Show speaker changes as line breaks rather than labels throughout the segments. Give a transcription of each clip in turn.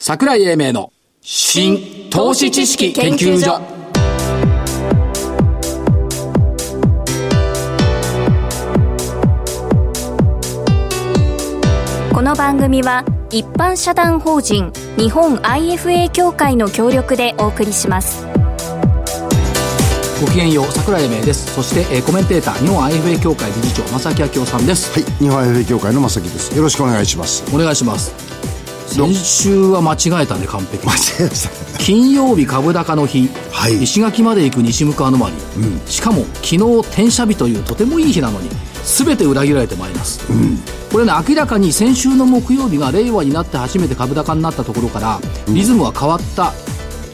桜井英明の新投資知識研究所
この番組は一般社団法人日本 IFA 協会の協力でお送りします
ごきげんよう桜井英明ですそして、えーコメンテーター日本 IFA 協会理事長正木明夫さんです、
はい、日本 FA 協会の正木です。よろしくお願いします。
お願いします先週は間違えたね完 璧に金曜日株高の日、
はい
石垣まで行く西向アノマリ、しかも昨日転写日というとてもいい日なのに全て裏切られてまいります、これね明らかに先週の木曜日が令和になって初めて株高になったところからリズムは変わった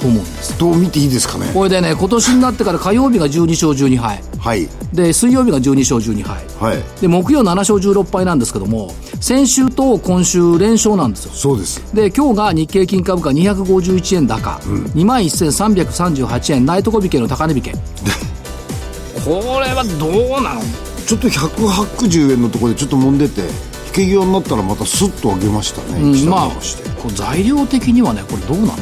と思うんです、
どう見ていいですかね。
これでね今年になってから火曜日が12勝12敗
はい、
で水曜日が12勝12敗
はい、
で木曜7勝16敗なんですけども先週と今週連勝なんですよ
そうです。
で今日が日経金株価251円高、2万1338円ナイトコビケの高値引け これはどうなの
ちょっと百八十円のところでちょっと揉んでて引け際になったらまたスッと上げましたね。
うん
下
まあ
回して
こう材料的にはねこれどうなの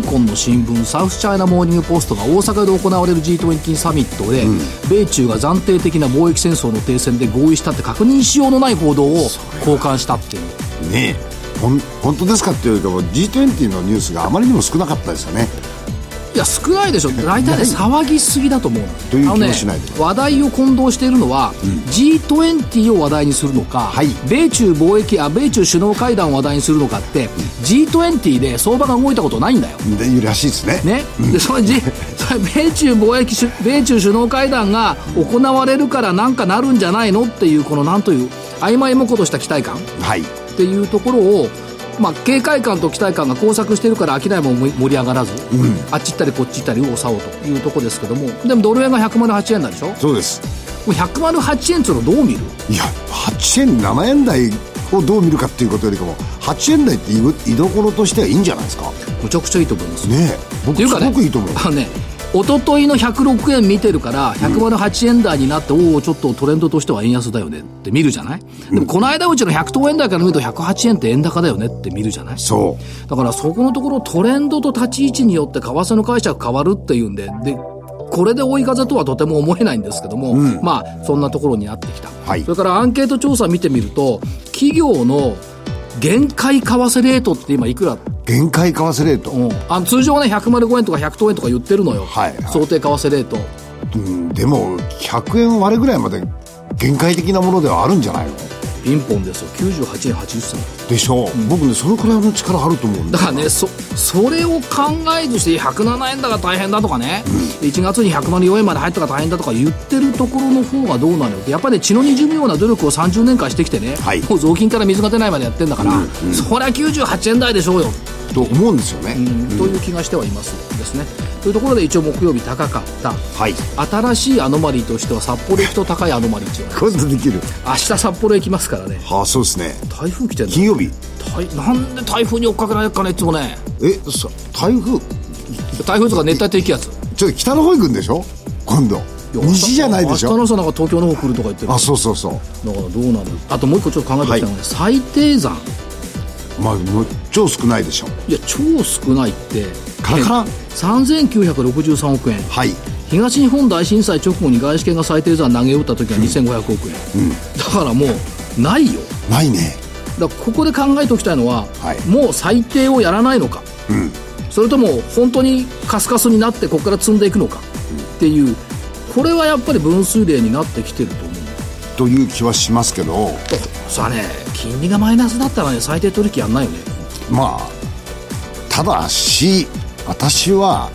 香港の新聞サウスチャイナモーニングポストが大阪で行われる G20 サミットで、米中が暫定的な貿易戦争の停戦で合意したって確認しようのない報道を交換したっていう
ねえ、ほん本当ですかっていうよりかも G20 のニュースがあまりにも少なかったですよね。
いや少ないでしょ大体ね騒ぎすぎだと思うの
という気も
あのね
しないでくだ
話題を混同しているのは、G20 を話題にするのか、
い
米中貿易あ米中首脳会談を話題にするのかって、G20 で相場が動いたことないんだよ
でいうらしいですね。
ね、でそのじそれ米中貿易首米中首脳会談が行われるからなんかなるんじゃないのっていうこのなんという曖昧もことした期待感っ
はい、
ていうところを、まあ、警戒感と期待感が交錯してるから商いも盛り上がらず、あっち行ったりこっち行ったりをさおうというところですけどもでもドル円が108円なんでしょも
そうです。
う108円っていうのどう見る
いや、八円七円台をどう見るかっていうことよりかも八円台っていう居所としてはいいんじゃないですか。
むちゃくちゃいいと思います
ねえ、
って
僕
いう
す
かね
ごくいい と思う。
あのね一昨日の106円見てるから108円台になって、おおちょっとトレンドとしては円安だよねって見るじゃないでもこの間うちの100等円台から見ると108円って円高だよねって見るじゃない
そう。
だからそこのところトレンドと立ち位置によって為替の解釈変わるっていうんででこれで追い風とはとても思えないんですけども、まあそんなところになってきた、
はい
それからアンケート調査見てみると企業の限界為替レートって今いくら
限界為替レート、
うん、あの通常はね105円とか110円とか言ってるのよ、
はいはい
想定為替レート
うんでも100円割れぐらいまで限界的なものではあるんじゃないの
ピンポンですよ98円80銭
でしょう、僕ねそのくらいの力あると思うん
だ
だ
からねそそれを考えずして107円だが大変だとかね、1月に104円まで入ったが大変だとか言ってるところの方がどうなのよってやっぱり、ね、血の滲むような努力を30年間してきてね、
はい
もう雑巾から水が出ないまでやってんだから、そりゃ98円台でしょうよ
と思うんですよね、
という気がしてはいますですね。というところで一応木曜日高かった
はい
新しいアノマリーとしては札幌行きと高いアノマリーっていうのが
これでできる
明日札幌行きますからね
はあそうですね
台風来てんの
金曜日
台なんで台風に追っかけられるかねいつもね
えさ台風
台風とか熱帯低気圧
ちょっと北の方行くんでしょ今度
や
西じゃないでし
明日
ょ
の朝なんか東京の方来るとか言ってるだ
あ
か
そうそうそう
らどうなるあともう一個ちょっと考えてきたのがね、最低算
まあもう超少ないでしょ
いや超少ないって
カラカラ
え3963億円
はい
東日本大震災直後に外資系が最低算投げ打った時は2500億円、だからもうないよ
ないね
だからここで考えておきたいのは、
はい
もう最低をやらないのか、それとも本当にカスカスになってここから積んでいくのかっていうこれはやっぱり分水嶺になってきてると思う
という気はしますけど
さあね金利がマイナスだったらね最低取引やんないよね
まあただし私は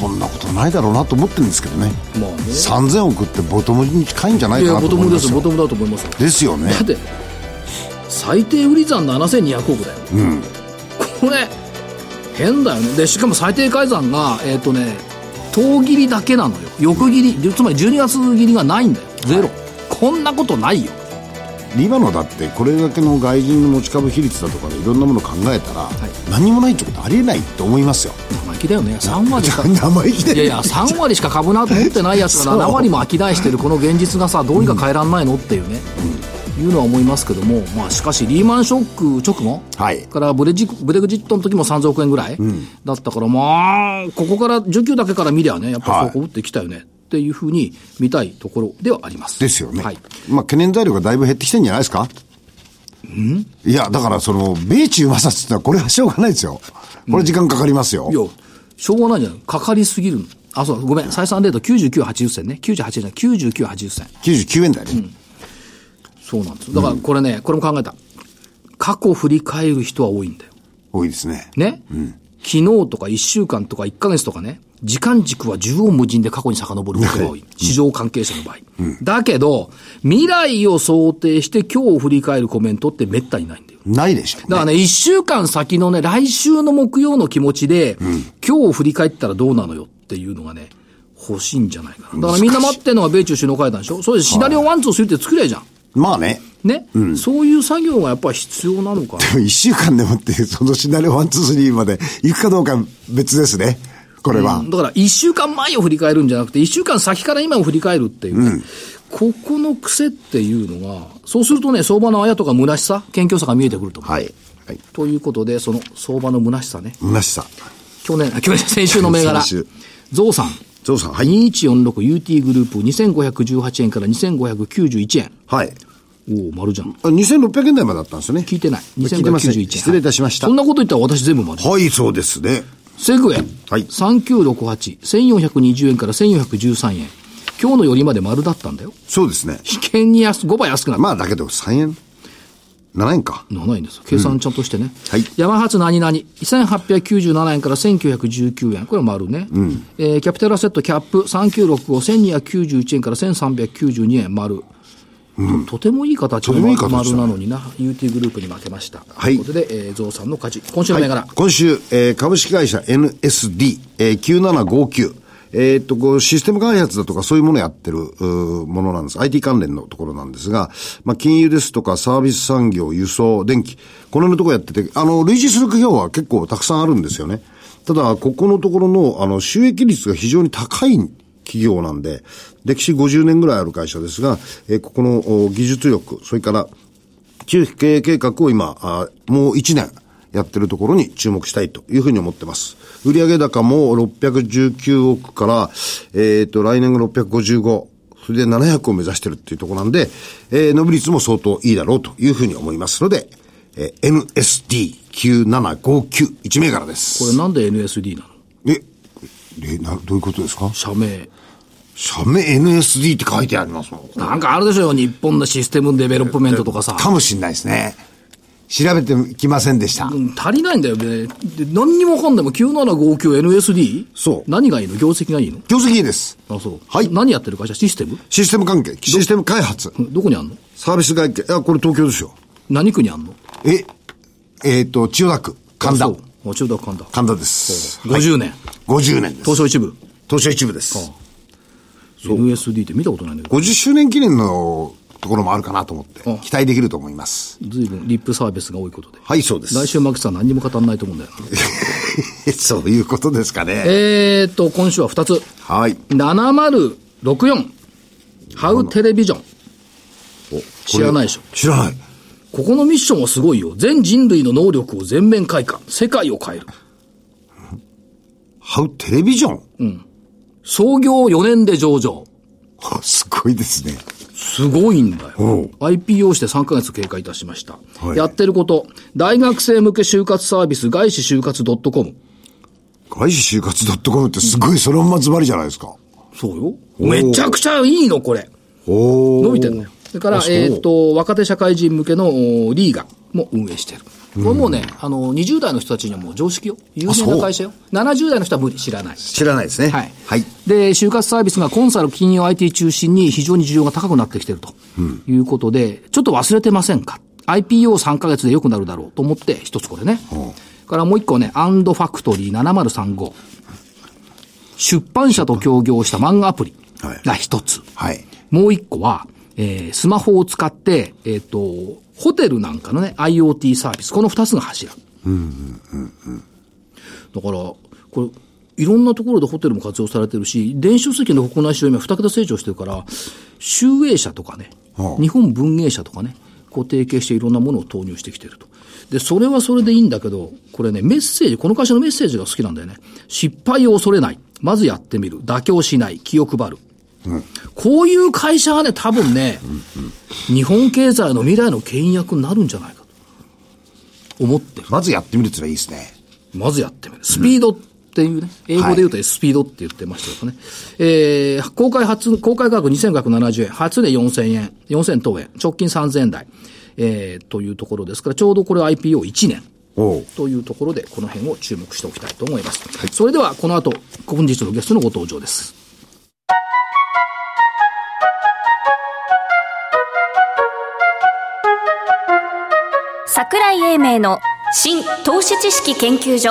そんなことないだろうなと思ってるんですけどね
まあね
3000億ってボトムに近いんじゃない
い
か
や
なと
ボト
思い
ム
ま
ですす
よ
ボトムだと思いますよ
ですよね
だって最低売り算7200億だよ、これ変だよねでしかも最低改ざんがえっ、とね当切りだけなのよ横切りつまり12月切りがないんだよゼロ、こんなことないよ
今のだってこれだけの外人の持ち株比率だとかでいろんなもの考えたら、
い
何もないってことありえないと思いますよ
生意気だよね3割しか
生意気で
いやいや3割しか株な持ってないやつが7割も商いしてるこの現実がさどうにか変えらんないのっていうね、いうのは思いますけども、まあ、しかしリーマンショック直後
はい
からブレジブレグジットの時も3000億円ぐらいだったから、まあ、ここから19だけから見りゃね、やっぱりそこ打ってきたよね、っていうふうに見たいところではあります。
ですよね。
はい。
まあ、懸念材料がだいぶ減ってきてんじゃないですかいや、だからその、米中摩擦ってのはこれはしょうがないですよ。これ時間かかりますよ。
いや、しょうがないじゃない。かかりすぎるの。あ、そうだ、ごめん。採算レート99、80銭ね。98じゃない、99、80銭。
99円だよね。
そうなんです。だからこれね、これも考えた。過去振り返る人は多いんだよ。
多いですね。
ね、昨日とか1週間とか1ヶ月とかね、時間軸は縦横無尽で過去に遡ることが多い。市場関係者の場合。だけど、未来を想定して今日を振り返るコメントってめったにないんだよ。
ないでしょう
だ
ね。
からね、一週間先のね、来週の木曜の気持ちで、今日を振り返ったらどうなのよっていうのがね、欲しいんじゃないかな。だからみんな待ってるのが米中首脳会談でしょそうです。シナリオワン、ツー、スリーって作れじゃん。
まあね。
ね、そういう作業がやっぱり必要なのかな。
一週間でもって、そのシナリオワン、ツー、スリーまで行くかどうか別ですね。これは。
だから一週間前を振り返るんじゃなくて、一週間先から今を振り返るっていうね、ここの癖っていうのが、そうするとね、相場のあやとか虚しさ、謙虚さが見えてくると思う。
はい。はい。
ということで、その相場の虚しさね、
虚しさ。
去年、あ去年、先週の銘柄
先週、
ゾウさん、
ゾウさん、はい。
2146UT グループ、2518円から2591円。
はい。
おお、丸じゃん。
あ2600円台までだったんですよね。
聞いてない。
聞いてません
2591円。
失礼いたしました
そんなこと言ったら私全部丸。
はい、そうですね。
セグウェイ。
はい
3968。1420円から1413円。今日のよりまで丸だったんだよ。
そうですね。
危険に安、5倍安くなった。
まあ、だけど3円 ?7 円か。
7円ですよ。計算ちゃんとしてね。
はい
ヤマハツ何々。1897円から1919円。これは丸ね。えーキャピタルアセットキャップ3965。1291円から1392円丸。ととてもいい形の
とてもいい形でし
丸
たね
なのにな、UT グループに負けました。
はい
ということで、えー、ゾウさんの勝ち。今週の銘柄。
はい今週、えー株式会社 NSD、えー、9759。えーっと、こう、システム開発だとかそういうものをやってる、うーものなんです。IT 関連のところなんですが、まあ、金融ですとかサービス産業、輸送、電気、この辺のところやってて、あの、類似する企業は結構たくさんあるんですよね。ただ、ここのところの、あの、収益率が非常に高い企業なんで、歴史50年ぐらいある会社ですが、えーここのお技術力、それから、中期経営計画を今、あもう1年やってるところに注目したいというふうに思ってます。売上高も619億から、えっ、と、来年が655。それで700を目指してるっていうところなんで、えー、伸び率も相当いいだろうというふうに思いますので、えー、NSD9759、1銘柄です。
これなんで NSD なの
え、え、な、どういうことですか
社名。
社名 NSD って書いてありますもん。
なんかあるでしょ日本のシステムデベロップメントとかさ。
かもしんないですね。調べてきませんでした。
うん足りないんだよね。で何にもかんでも 9759NSD?
そう
何がいいの業績がいいの
業績いいです。
あ、そう。
はい
何やってる会社システム
システム関係、システム開発、
うんどこにあんの
サービス外見、いや、これ東京ですよ。
何区にあんの
え、えっ、と、千代田区、神
あ
田
そ。うあ中田神田。
神田です。
50年。
50年です。
東証一部。
東証一部です。
NSD って見たことないんだけど。
50周年記念のところもあるかなと思って
うん、
期待できると思います。
ずいぶんリップサービスが多いことで。
はい、そうです。
来週マキさん何にも語らないと思うんだよな。
そういうことですかね。
えーっと、今週は2つ。
はい。
7064。ハウテレビジョン。
お
知らないでしょ。
これ知らない。
ここのミッションはすごいよ。全人類の能力を全面開花。世界を変える。
ハウテレビジョン、
創業4年で上場。
おすごいですね。
すごいんだよ
おう。
IPO して3ヶ月経過いたしました。
はい
やってること。大学生向け就活サービス、外資就活 .com。
外資就活 .com ってすごいそのままズバリじゃないですか。
そうよ。
おう
めちゃくちゃいいの、これ。
おー
伸びてるのよ。それから
あ、そう
えっ、と、若手社会人向けのおリーガも運営してる。これもうね、あの、20代の人たちにはもう常識よ。有名な会社よ。70代の人は無理、知らない。
知らないですね。
はい。
はい。
で、就活サービスがコンサル、金融、IT 中心に非常に需要が高くなってきてるということで、ちょっと忘れてませんか ?IPO3 ヶ月で良くなるだろうと思って、一つこれね。からもう一個ね、アンドファクトリー7035。出版社と協業した漫画アプリが一つ。
はい。
もう一個は、えースマホを使って、えっ、と、ホテルなんかのね、IoT サービス、この二つが柱。だから、これ、いろんなところでホテルも活用されてるし、電子書籍の国内市場今二桁成長してるから、集英社とかね、
はあ
日本文芸社とかね、こう提携していろんなものを投入してきてると。で、それはそれでいいんだけど、これね、メッセージ、この会社のメッセージが好きなんだよね。失敗を恐れない。まずやってみる。妥協しない。気を配る。こういう会社がね、多分ね、日本経済の未来の牽引役になるんじゃないかと思ってる。
まずやってみるってのはいいですね。
まずやってみる。スピードっていうね、英語で言うとスピードって言ってましたからね。えー、公開初、公開価格2570円、初で4000円、4000等円、直近3000円台、えー、というところですから、ちょうどこれ IPO1 年。
おう。
というところで、この辺を注目しておきたいと思います。それでは、この後、本日のゲストのご登場です。
桜井英明の新投資知識研究所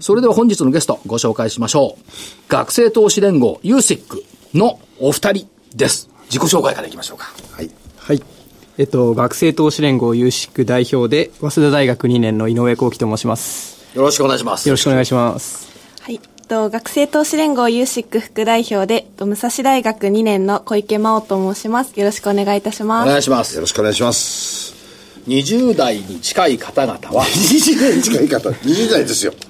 それでは本日のゲスト、ご紹介しましょう。学生投資連合、ユーシックのお二人です。自己紹介からいきましょうか。
はい。
はい。えっと、学生投資連合有識区代表で、早稲田大学2年の井上幸喜と申します。
よろしくお願いします。
よろしくお願いします。
はい。と学生投資連合ユーシック副代表で、と武蔵大学2年の小池真央と申します。よろしくお願いいたし
お
ます。
願いします
よ。ろしくお願いします。、
20代に近い方々は
20代近い方、20代ですよ。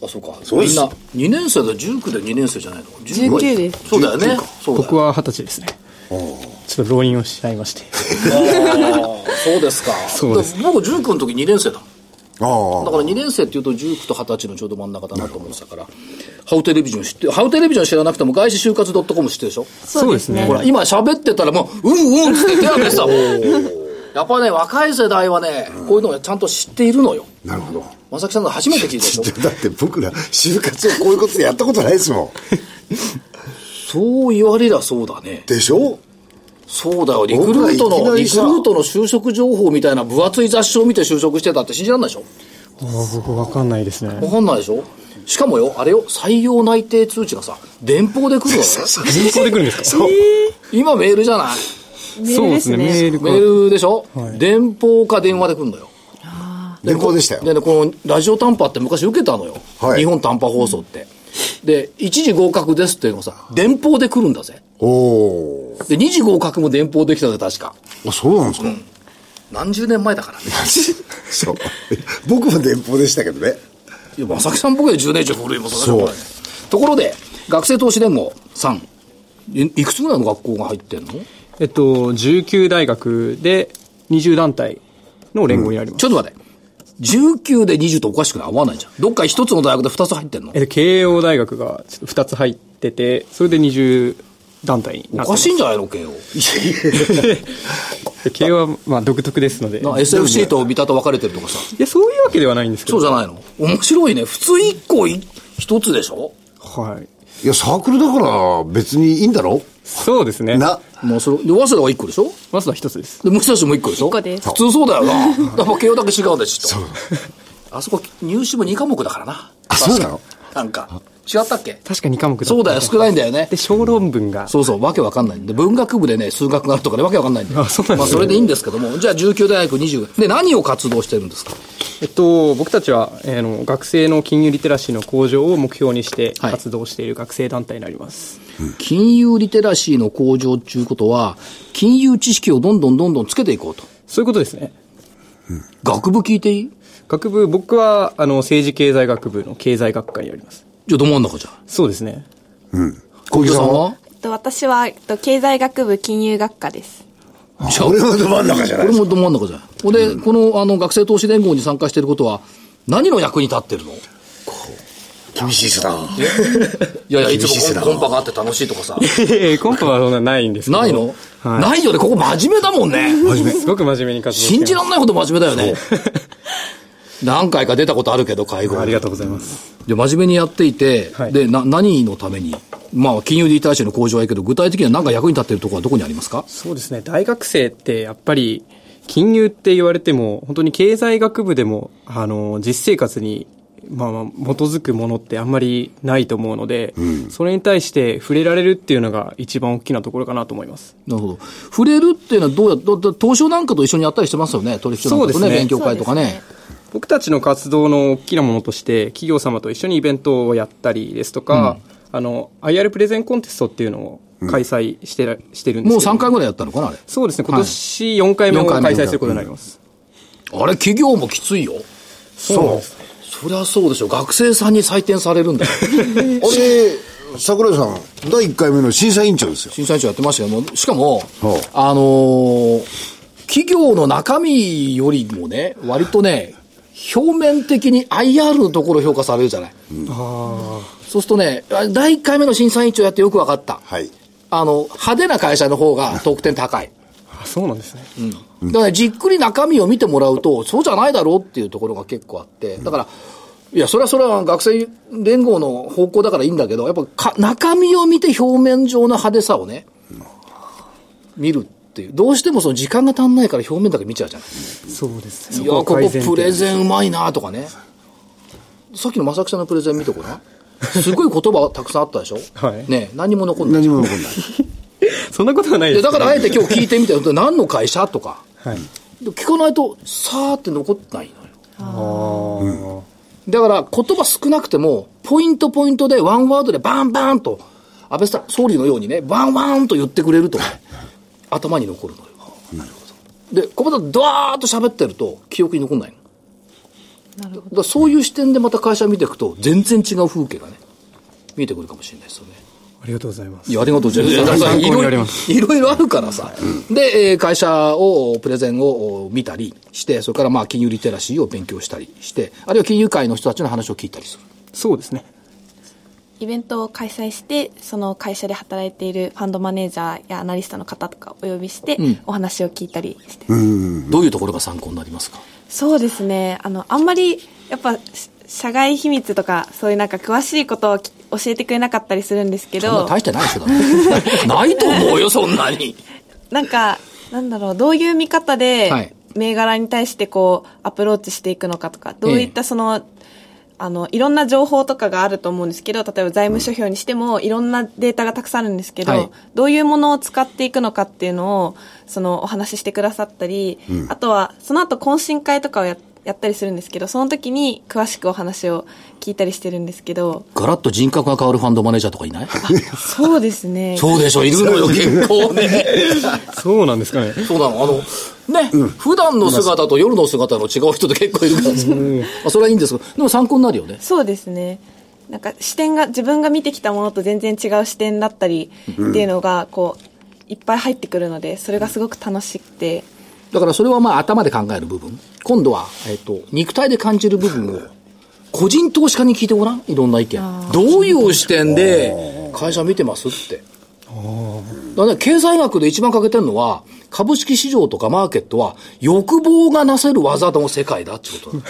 あ、そうか。
そうです
みんな、2年生だ、19で2年生じゃないの ?19
19です
そうだよね。そうだ
僕
よ。
は二十歳ですね。ちょっと浪人をしちゃいまして。
あそうですか。
そうです
だから僕19の時2年生だもん。
あ
だから2年生っていうと19と20歳のちょうど真ん中だなと思ってたから、ハウテレビジョン知って、ハウテレビジョン知らなくても外資就活 .com 知ってるでしょ
そうですね
ほら、今喋ってたらもう、うんうんっつって手挙 げてたもん。やっぱね、若い世代はね、こういうのがちゃんと知っているのよ。
あ。なるほど。
まさきさんの初めて聞いたでしょ
ちょっとだって僕ら、就活をこういうことでやったことないですもん。
そう言われりゃそうだね。
でしょ
そうだよ、リクルート
僕ら
の、リ
いきなり
ク
さ
ルートの就職情報みたいな分厚い雑誌を見て就職してたって信じらんないでしょ
ああ、僕わかんないです
わ
ね。
かんないでしょしかもよ、あれよ、採用内定通知がさ、電報で来るわ よ。
人工で来るんですかそう。
今メールじゃない
そうですね、メール
メ
が。
ールでしょ、
い
電報か電話で来るんだよ。
連行でしたよ。
でね、このラジオ短波って昔受けたのよ。
はい
日本短波放送って。で、1時合格ですっていうのがさ、電報で来るんだぜ。
おー
で、2時合格も電報できたぜ、確か。
あ、そうなんですか。
何十年前だからね。
そう。僕も電報でしたけどね。
いや、まさきさん僕より10年以上古いもん、それ
そう
ところで、学生投資連合さん、いいくつぐらいの学校が入ってんの
えっと、19大学で20団体の連合になります。
ちょっと待って。19で20とおかしくない合わないじゃん。どっか一つの大学で二つ入ってんの
えっと、慶応大学がちょっと2つ入ってて、それで20団体になってま
お
す
かしいんじゃないの慶応。
で慶応は、まあ、独特ですので。
な SFC と三田と分かれてるとかさ。
いや、そういうわけではないんですけ
そう
ど。
じゃないの面白いね。普通一個い一つでしょ
はい。
いや、サークルだから別にいいんだろ
そうですね。
な。
もうそれ、で、早稲田が一個でしょ
まずは一つです。
で、武蔵も一個でしょ
一個です
普通そうだよな。やっぱ慶応だけ違うんだし、そう。あそこ入試も2科目だからな。
あそうなの
なんか。違ったっけ
確か2科目だった
そうだよ、少ないんだよね
で、。小論文が。
そうそう、わけわかんないんで、文学部でね、数学があるとかね、わけわかんないんで。
あそうなんですね
まあ、それでいいんですけども、じゃあ19大学20。で、何を活動してるんですか
えっと、僕たちは、えーの、学生の金融リテラシーの向上を目標にして
はい
活動している学生団体になります。
金融リテラシーの向上っていうことは、金融知識をどんどんどんどんつけていこうと。
そういうことですね。
学部聞いていい
学部、僕は、あの、政治経済学部の経済学科にあります。
じゃあど真ん中じゃん。
そうです ね。
小池さんは
と私は、えっと経済学部金融学科です。
じゃあ
俺はど真ん中じゃない
こ
で
れも
すか。
ど真ん中じゃん。ほんで、このあの学生投資連合に参加していることは、何の役に立ってるの
厳しいっすな。
いやいや、い
厳しいっ
つ
す
も
な
コンコンパがあって楽しいとかさ。
コンパはそんなないんですけど。
ないの、
はい
ないよね、ここ真面目だもんね。
すごく真面目に活動して
信じら
ま
んないほど真面目だよね。何回か出たことあるけど、会
す
合。
あり
で、
がとうございます。
真面目にやっていて、
はい
で、な、何のためにまあ、金融リテラシーの向上はいいけど、具体的には何か役に立ってるところはどこにありますか
そうですね。大学生って、やっぱり、金融って言われても、本当に経済学部でも、あの、実生活に、まあまあ、基づくものってあんまりないと思うので、それに対して触れられるっていうのが一番大きなところかなと思います。
なるほど。触れるっていうのはどうやっだだ東証なんかと一緒にやったりしてますよね。取引所なんかとね、
そうですね
勉強会とかね。
僕たちの活動の大きなものとして、企業様と一緒にイベントをやったりですとか、あの、IR プレゼンコンテストっていうのを開催してら、してるんです
もう
けど
3回ぐらいやったのかなあれ
そうですね、今年4回目を
四回
開
目
催することになります。
あれ企業もきついよ
そう。
そりゃそうでしょ学生さんに採点されるん だよ
あれ、桜井さん、第1回目の審査委員長ですよ。
審査員長やってましたけどもしかも、
は
あのー企業の中身よりもね割とね表面的に IR のところ評価されるじゃない、そうするとねあ第1回目の審査委員長やってよく分かった、
はい。
あの派手な会社の方が得点高い
あそうなんですね。
だからねじっくり中身を見てもらうと、そうじゃないだろうっていうところが結構あって、だから、いや、それはそれは学生連合の方向だからいいんだけど、やっぱか中身を見て表面上の派手さをね、見るっていう。どうしてもその時間が足んないから表面だけ見ちゃうじゃない。
そうです
い
ね。
や、ここ
改善点
プレゼンうまいなとかね。さっきの正木さんのプレゼン見てごらん。すごい言葉たくさんあったでしょ
はい
ね何も残んない。
何も残んない。
そんなことはない
い
で
や
す、ね。
だからあえて今日聞いてみたら、何の会社とか。
はい。
で聞かないと、さーって残ってないのよ。
ああ、
だから言葉少なくても、ポイントポイントでワンワードでバンバンと、安倍さん総理のようにね、ワンワンと言ってくれるとね、頭に残るのよ。で、ここだとドワーッと喋ってると、記憶に残んないの。だからそういう視点でまた会社見ていくと、全然違う風景がね、見えてくるかもしれないですよね。
ありがとうございます。
いや、ありがとうございます。いやだからさ
参考にな
い
り
ろ
ま
いろいろあるからさ。で、えー会社を、プレゼンを見たりして、それからまあ、金融リテラシーを勉強したりして、あるいは金融界の人たちの話を聞いたりする。
そうですね。
イベントを開催してその会社で働いているファンドマネージャーやアナリストの方とかお呼びして、お話を聞いたりして、
どういうところが参考になりますか
そうですねあのあんまりやっぱし社外秘密とかそういうなんか詳しいことをき教えてくれなかったりするんですけ
そんな
ど
大してないでしょ、だって ないと思うよ、そんなに。
なんかなんだろうどういう見方
は
で
い
銘柄に対してこうアプローチしていくのかとかどういったその、あのいろんな情報とかがあると思うんですけど例えば財務諸表にしてもいろんなデータがたくさんあるんですけど、
はい
どういうものを使っていくのかっていうのをそのお話ししてくださったり、あとはその後懇親会とかをややったりするんですけどその時に詳しくお話を聞いたりしてるんです けど
ガラッと人格が変わるファンドマネージャーとかいない
そうです ね
そうでしょ、いるのよ、結構ね。
そうなんですかね。
そうなの、あの、ね、普段の姿と夜の姿の違う人って結構いるからさ、あそれはいいんですけど、でも参考になるよね。
そうですね。なんか視点が自分が見てきたものと全然違う視点だったりっていうのがこういっぱい入ってくるのでそれがすごく楽しくて
だからそれはまあ頭で考える部分。今度は、えっ、と、肉体で感じる部分を、個人投資家に聞いてごらんいろんな意見。どういう視点で会社見てますって。だからね、経済学で一番欠けてるのは、株式市場とかマーケットは欲望がなせる技の世界だってことなの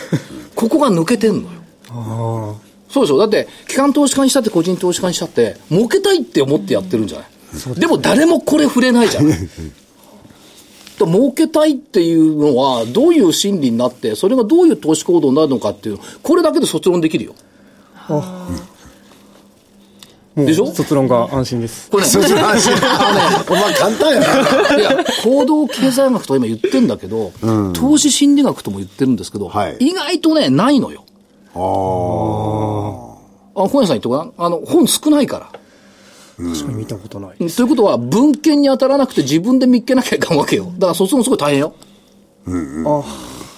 ここが抜けてんのよ。そうでしょ。だって、機関投資家にしたって個人投資家にしたって、儲けたいって思ってやってるんじゃない、でも誰もこれ触れないじゃないと儲けたいっていうのは、どういう心理になって、それがどういう投資行動になるのかっていうの、これだけで卒論できるよ。
もう
でしょ
卒論が安心です。
こ れね、
そうそう、安心。お前簡単やな。
いや、行動経済学と今言ってんだけど、投資心理学とも言ってるんですけど、
はい
意外とね、ないのよ。ああ。本屋さん行ってごらん。あの、本少ないから。
確かに見たことな
と
い。
いうことは、文献に当たらなくて自分で見っけなきゃいかんわけよ。だから卒論すごい大変よ。
あ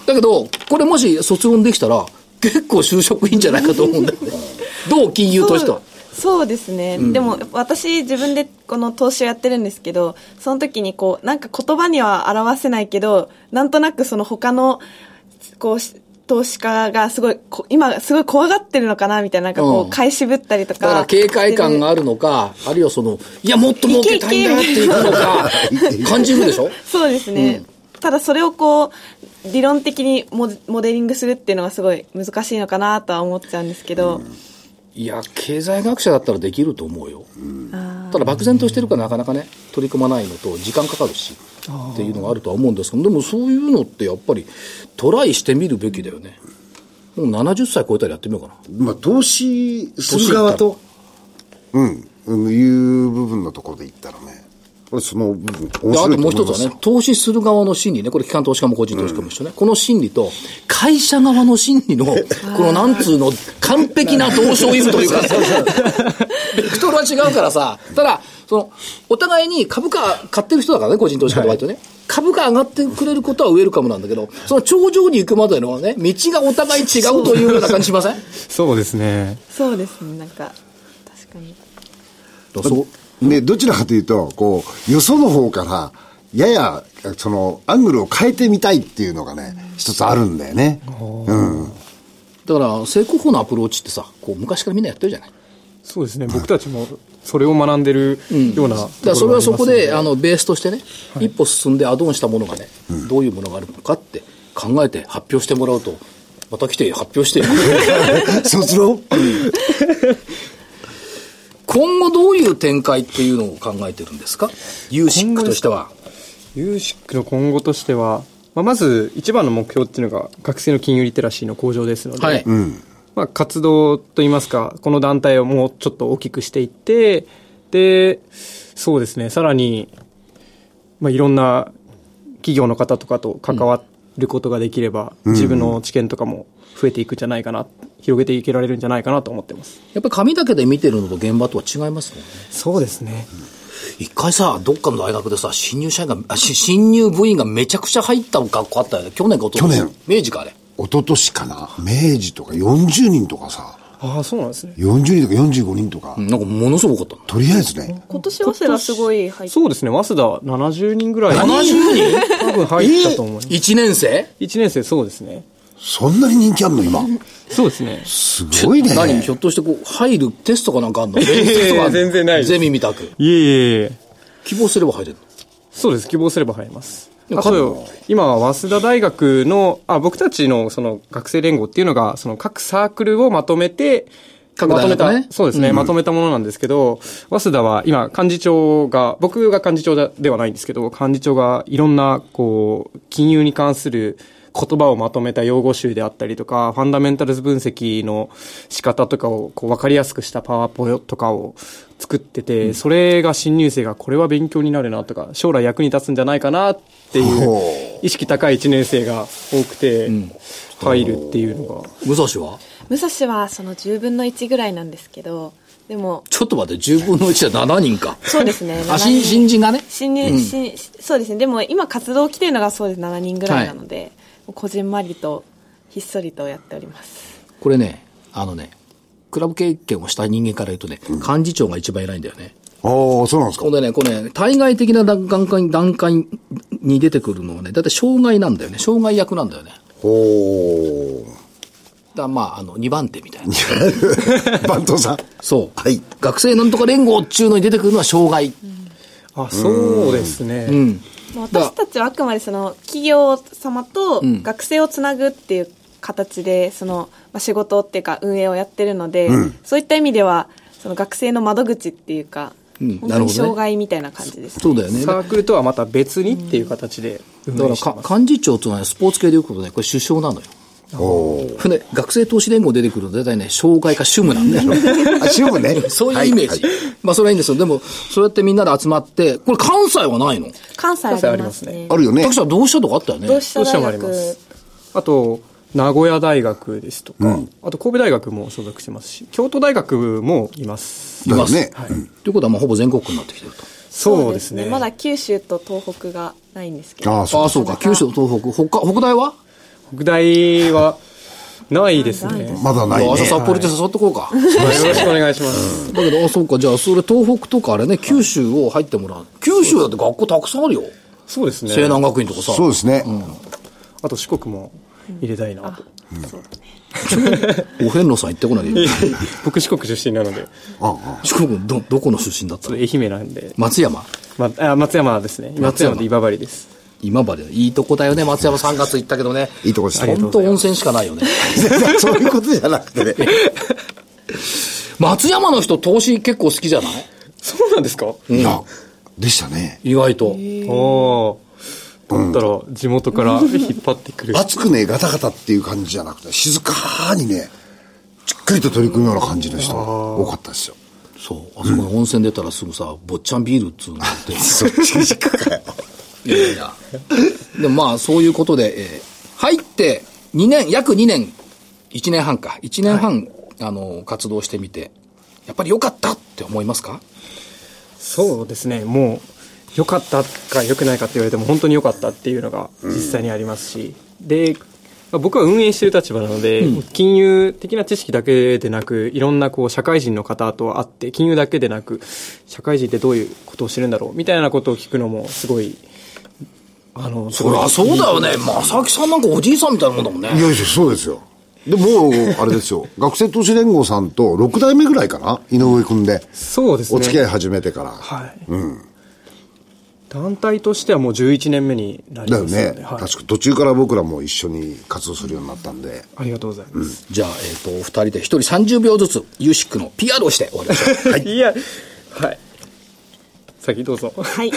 だけど、これもし卒論できたら、結構就職いいんじゃないかと思うんだよ ね。どう金融投資と
そう。そうですね、でも私自分でこの投資をやってるんですけどその時にこうなんか言葉には表せないけどなんとなくその他のこうし投資家がすごいこ今すごい怖がってるのかなみたいななんかこ
うん
う返しぶったりとか
だから警戒感があるのか、あるいはその、いや、もっと儲けたいんだっていうのか、感じるでしょ
そうですね、ただそれをこう理論的にモモデリングするっていうのがすごい難しいのかなとは思っちゃうんですけど、
いや、経済学者だったらできると思うよ。ただ漠然としてるからなかなかね、取り組まないのと、時間かかるし、っていうのがあるとは思うんですけど、でもそういうのってやっぱり、トライしてみるべきだよね。もう70歳超えたらやってみようかな。
まあ、投資する側と、うん、うんいう部分のところで言ったらね、これその部分、面
であ
白
ともう
いと思い
一
ま
つ
す
はね、投資する側の心理ね、これ機関投資家も個人投資家も一緒ね、この心理と、会社側の心 理の、このなんつうの、完璧な同床異夢という か、ベクトルは違うからさ、ただ、その、お互いに株価買ってる人だからね、個人投資家の場合とね、株価上がってくれることはウェルカムなんだけど、その頂上に行くまでのね、道がお互い違うというような感じしません
そうですね。
そうですねなんか確かに
そう。
ね、どちらかというと、こう、よその方から、やや、その、アングルを変えてみたいっていうのがね、一つあるんだよね。うん。
だから、成功法のアプローチってさ、こう、昔からみんなやってるじゃない
そうですね。僕たちもそれを学んでるような、
だからそれはそこで、あ
の、
の、ベースとしてね、一歩進んでアドオンしたものがね、どういうものがあるのかって考えて発表してもらうと、また来て発表 して。
卒論
今後どういう展開っていうのを考えてるんですかユーシックとしては。
ユーシックの今後としては、まあ、まず一番の目標っていうのが学生の金融リテラシーの向上ですので、
はい。
まあ、活動といいますか、この団体をもうちょっと大きくしていって、で、そうですね、さらに、まあ、いろんな企業の方とかと関わることができれば、自分の知見とかも増えていくんじゃないかな、広げていけられるんじゃないかなと思ってます。
やっぱり紙だけで見てるのと現場とは違いますもんね。
そうですね。
一回さ、どっかの大学でさ、新入社員が、あし新入部員がめちゃくちゃ入った学校あったよね。去年か一昨年
去年
明治かあれ。
一昨年かな。明治とか40人とかさ、
ああ、そうなんですね。
40人とか45人とか、
うんなんかものすごかったの。
とりあえずね、
今年早稲田すごい入って
そうですね、早稲田70人ぐらい。
70人
多分入ったと思います。
?1 年生
1年生、そうですね。
そんなに人気あんの今。
そうですね。
すごいね。
何ひょっとしてこう、入るテストかなんかあんの面接とかあんの
いやいや全然ないです
ゼミみたく。
いえいえいえ。
希望すれば入れる
そうです。希望すれば入ります。
でも
あと、今は早稲田大学の、あ、僕たちのその学生連合っていうのが、その各サークルをまとめて、
各
まと
大
め
学ね
た、そうですね、まとめたものなんですけど、早稲田は今、幹事長が、僕が幹事長だではないんですけど、幹事長がいろんな、こう、金融に関する言葉をまとめた用語集であったりとか、ファンダメンタルズ分析の仕方とかを、こう、わかりやすくしたパワーポとかを作ってて、それが新入生が、これは勉強になるなとか、将来役に立つんじゃないかなっていう、意識高い1年生が多くて、入るっていうのが、
の武蔵は
武蔵はその10分の1ぐらいなんですけどでも
ちょっと待って、10分の1じゃ7人か。
そうです ね
あ、新新人がね。
新入、新そうですねでも今活動来てるのがそうです7人ぐらいなので、もうこじんまりとひっそりとやっております
これね、あのね、クラブ経験をした人間から言うとね、幹事長が一番偉いんだよね。
ああ、そうなんですか
ほん。でね、これね、対外的な段階に、段階に出てくるのはね、だって障害なんだよね。障害役なんだよね。だか
ほ
らまあ、あの、2番手みたい な。
ー。番頭さん。
そう。
はい
学生なんとか連合っちゅうのに出てくるのは障害。
あ、そうですね。
うん。
もう私たちはあくまでその企業様と学生をつなぐっていう形でそのまあ仕事っていうか運営をやってるので、そういった意味ではその学生の窓口っていうか、
うん
本
なるほどね
当に障害みたいな感じですね
そうだよね。
サークルとはまた別にっていう形で運
だ
営して
か
ま
ら
す。
か幹事長というのはスポーツ系でいうことね、これ首相なのよ。で学生投資連合出てくると大体ね、障害か主務なんだよ。
あ、シムね。
そういうイメージ。まあそれはいいんですよ。でも、そうやってみんなで集まって、これ関西はないの
関西あり
関
ます
西あります
ね
あるよね
私。は同志社とかあったよね。
同志社
どうして
大
もありま
学
す。あと、名古屋大学ですとか、あと神戸大学も所属してますし、京都大学もいます。
い
だよ
ます。
ね。
はい。ということはまあほぼ全国区になってきてると。
そうですね。
まだ九州と東北がないんですけど
ああ、
あ
そ
あ、
う
そうか。九州と東北。北海北大は
北大はないです
ない
ね。
です
まだない
あ
ね
じゃあ。札幌で誘ってこうか。
はいよろしくお願いします。
だけど、あ、そうか。じゃあ、それ東北とかあれね、九州を入ってもらう。九州だって学校たくさんあるよ。
そうですね。
西南学院とかさ。
そうですね。
あと四国も入れたいなと。
お遍路さん行ってこなき ゃいけない。
僕四国出身なので、
ああ、
四国ど、どこの出身だった
ちょっ
の
と愛媛なんで、
松山
ま、あ松山ですね。松山で今治です。
今治いいとこだよね。松山3月行ったけどね。
いいとこですね。
本当温泉しかないよね。
そういうことじゃなくてね。
松山の人投資結構好きじゃない
そうなんですか、
いや、でしたね。
意外と。
おーだったら地元から引っ張ってくる。
熱くね、ガタガタっていう感じじゃなくて、静かにね、じっくりと取り組むような感じの人が多かったですよ。
そうあそこの温泉出たらすぐさ「坊っちゃんビール」っつうのって
そっちにしかかよ。
いやいやいやでもまあそういうことで、えー入って2年約2年1年半か1年半、あの活動してみてやっぱり良かったって思いますか
そうですねもう良かったか良くないかって言われても本当に良かったっていうのが実際にありますし、でまあ僕は運営してる立場なので、金融的な知識だけでなくいろんなこう社会人の方と会って金融だけでなく社会人ってどういうことをしてるんだろうみたいなことを聞くのもすごいあの
そりゃそうだよね正木さんなんかおじいさんみたいなもんだもん
い
ね
やいや、そうですよ。でも、あ れですよ。学生投資連合さんと6代目ぐらいかな井上くんで。
そうですね
お付き合い始めてから。
はい、団体としてはもう11年目になり
だ
ます
よ
ので
ね。
はい
確か途中から僕らも一緒に活動するようになったんで。
ありがとうございます、
じゃあ、えっ、と、お二人で一人30秒ずつ、ユーシックの PR をして終わりましょう。
はい、いやはい先どうぞ
はい。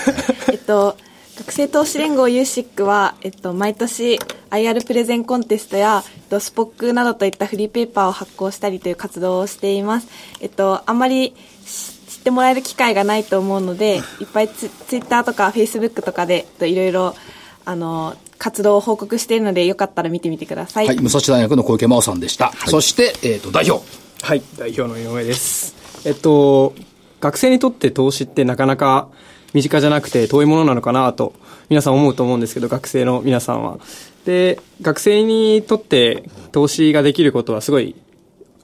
えっと、学生投資連合ユーシックは、えっと、毎年 IR プレゼンコンテストや、えっと、スポックなどといったフリーペーパーを発行したりという活動をしています。えっと、あんまりし知ってもらえる機会がないと思うので、いっぱいツツイッターとかフェイスブックとかで、えっと、いろいろ、あの、活動を報告しているので、よかったら見てみてください。
はい、武蔵大学の小池真央さんでした。そして、えっ、と、代表。
はい、代表の井上です。えっと、学生にとって投資ってなかなか身近じゃなくて遠いものなのかなと皆さん思うと思うんですけど、学生の皆さんは。で、学生にとって投資ができることはすごい、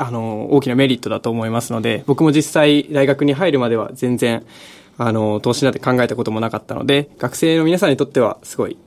あの、大きなメリットだと思いますので、僕も実際大学に入るまでは全然、あの、投資なんて考えたこともなかったので、学生の皆さんにとってはすごい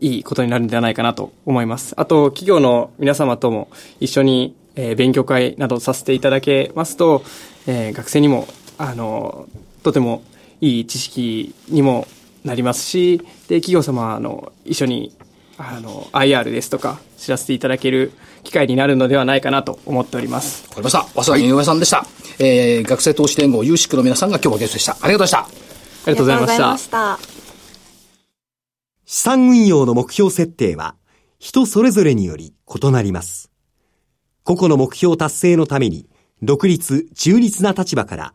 いいことになるんではないかなと思います。あと、企業の皆様とも一緒に、えー勉強会などさせていただけますと、えー学生にも、あの、とてもいい知識にもなりますし、で、企業様の一緒に、あの、IR ですとか知らせていただける機会になるのではないかなと思っております。
わかりました。早稲田の井上さんでした。えー、学生投資連合ユーシックの皆さんが今日はゲストでした。ありがとうございました。
ありがとうございま
ありがとうござい
した
ま。した。
資産運用の目標設定は人それぞれにより異なります。個々の目標達成のために独立、中立な立場から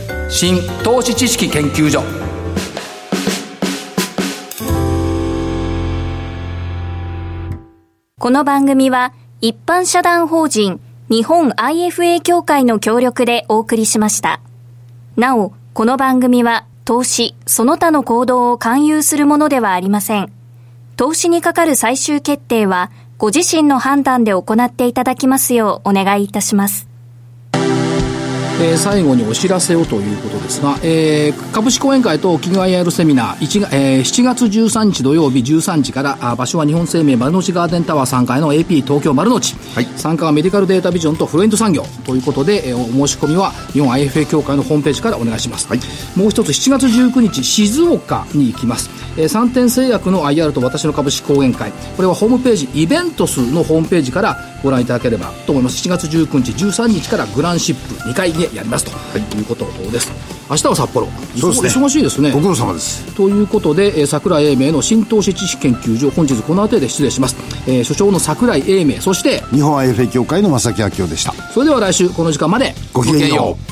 新投資知識研究所。
この番組は一般社団法人日本 IFA 協会の協力でお送りしました。なお、この番組は投資、その他の行動を勧誘するものではありません。投資にかかる最終決定はご自身の判断で行っていただきますようお願いいたします。
えー最後にお知らせをということですが、えー株式講演会と企業 IR セミナー1が、えー7月13日土曜日13時からあー場所は日本生命丸の内ガーデンタワー3階の AP 東京丸の内、
はい
参加はメディカルデータビジョンとフロエント産業ということで、えーお申し込みは日本 IFA 協会のホームページからお願いします、
はい
もう一つ7月19日静岡に行きます、えー、三点製薬の IR と私の株式講演会これはホームページイベントスのホームページからご覧いただければと思います7月19日13日からグランシップ2回でやりますと、い、うことです明日は札幌
そうですね
忙しいですね
ご苦労様です。
ということで、えー桜井英明の新投資知識研究所本日この辺りで失礼します、えー所長の桜井英明そして
日本 IFA 協会の正木明夫でした。
それでは来週この時間まで
ごきげんよう
う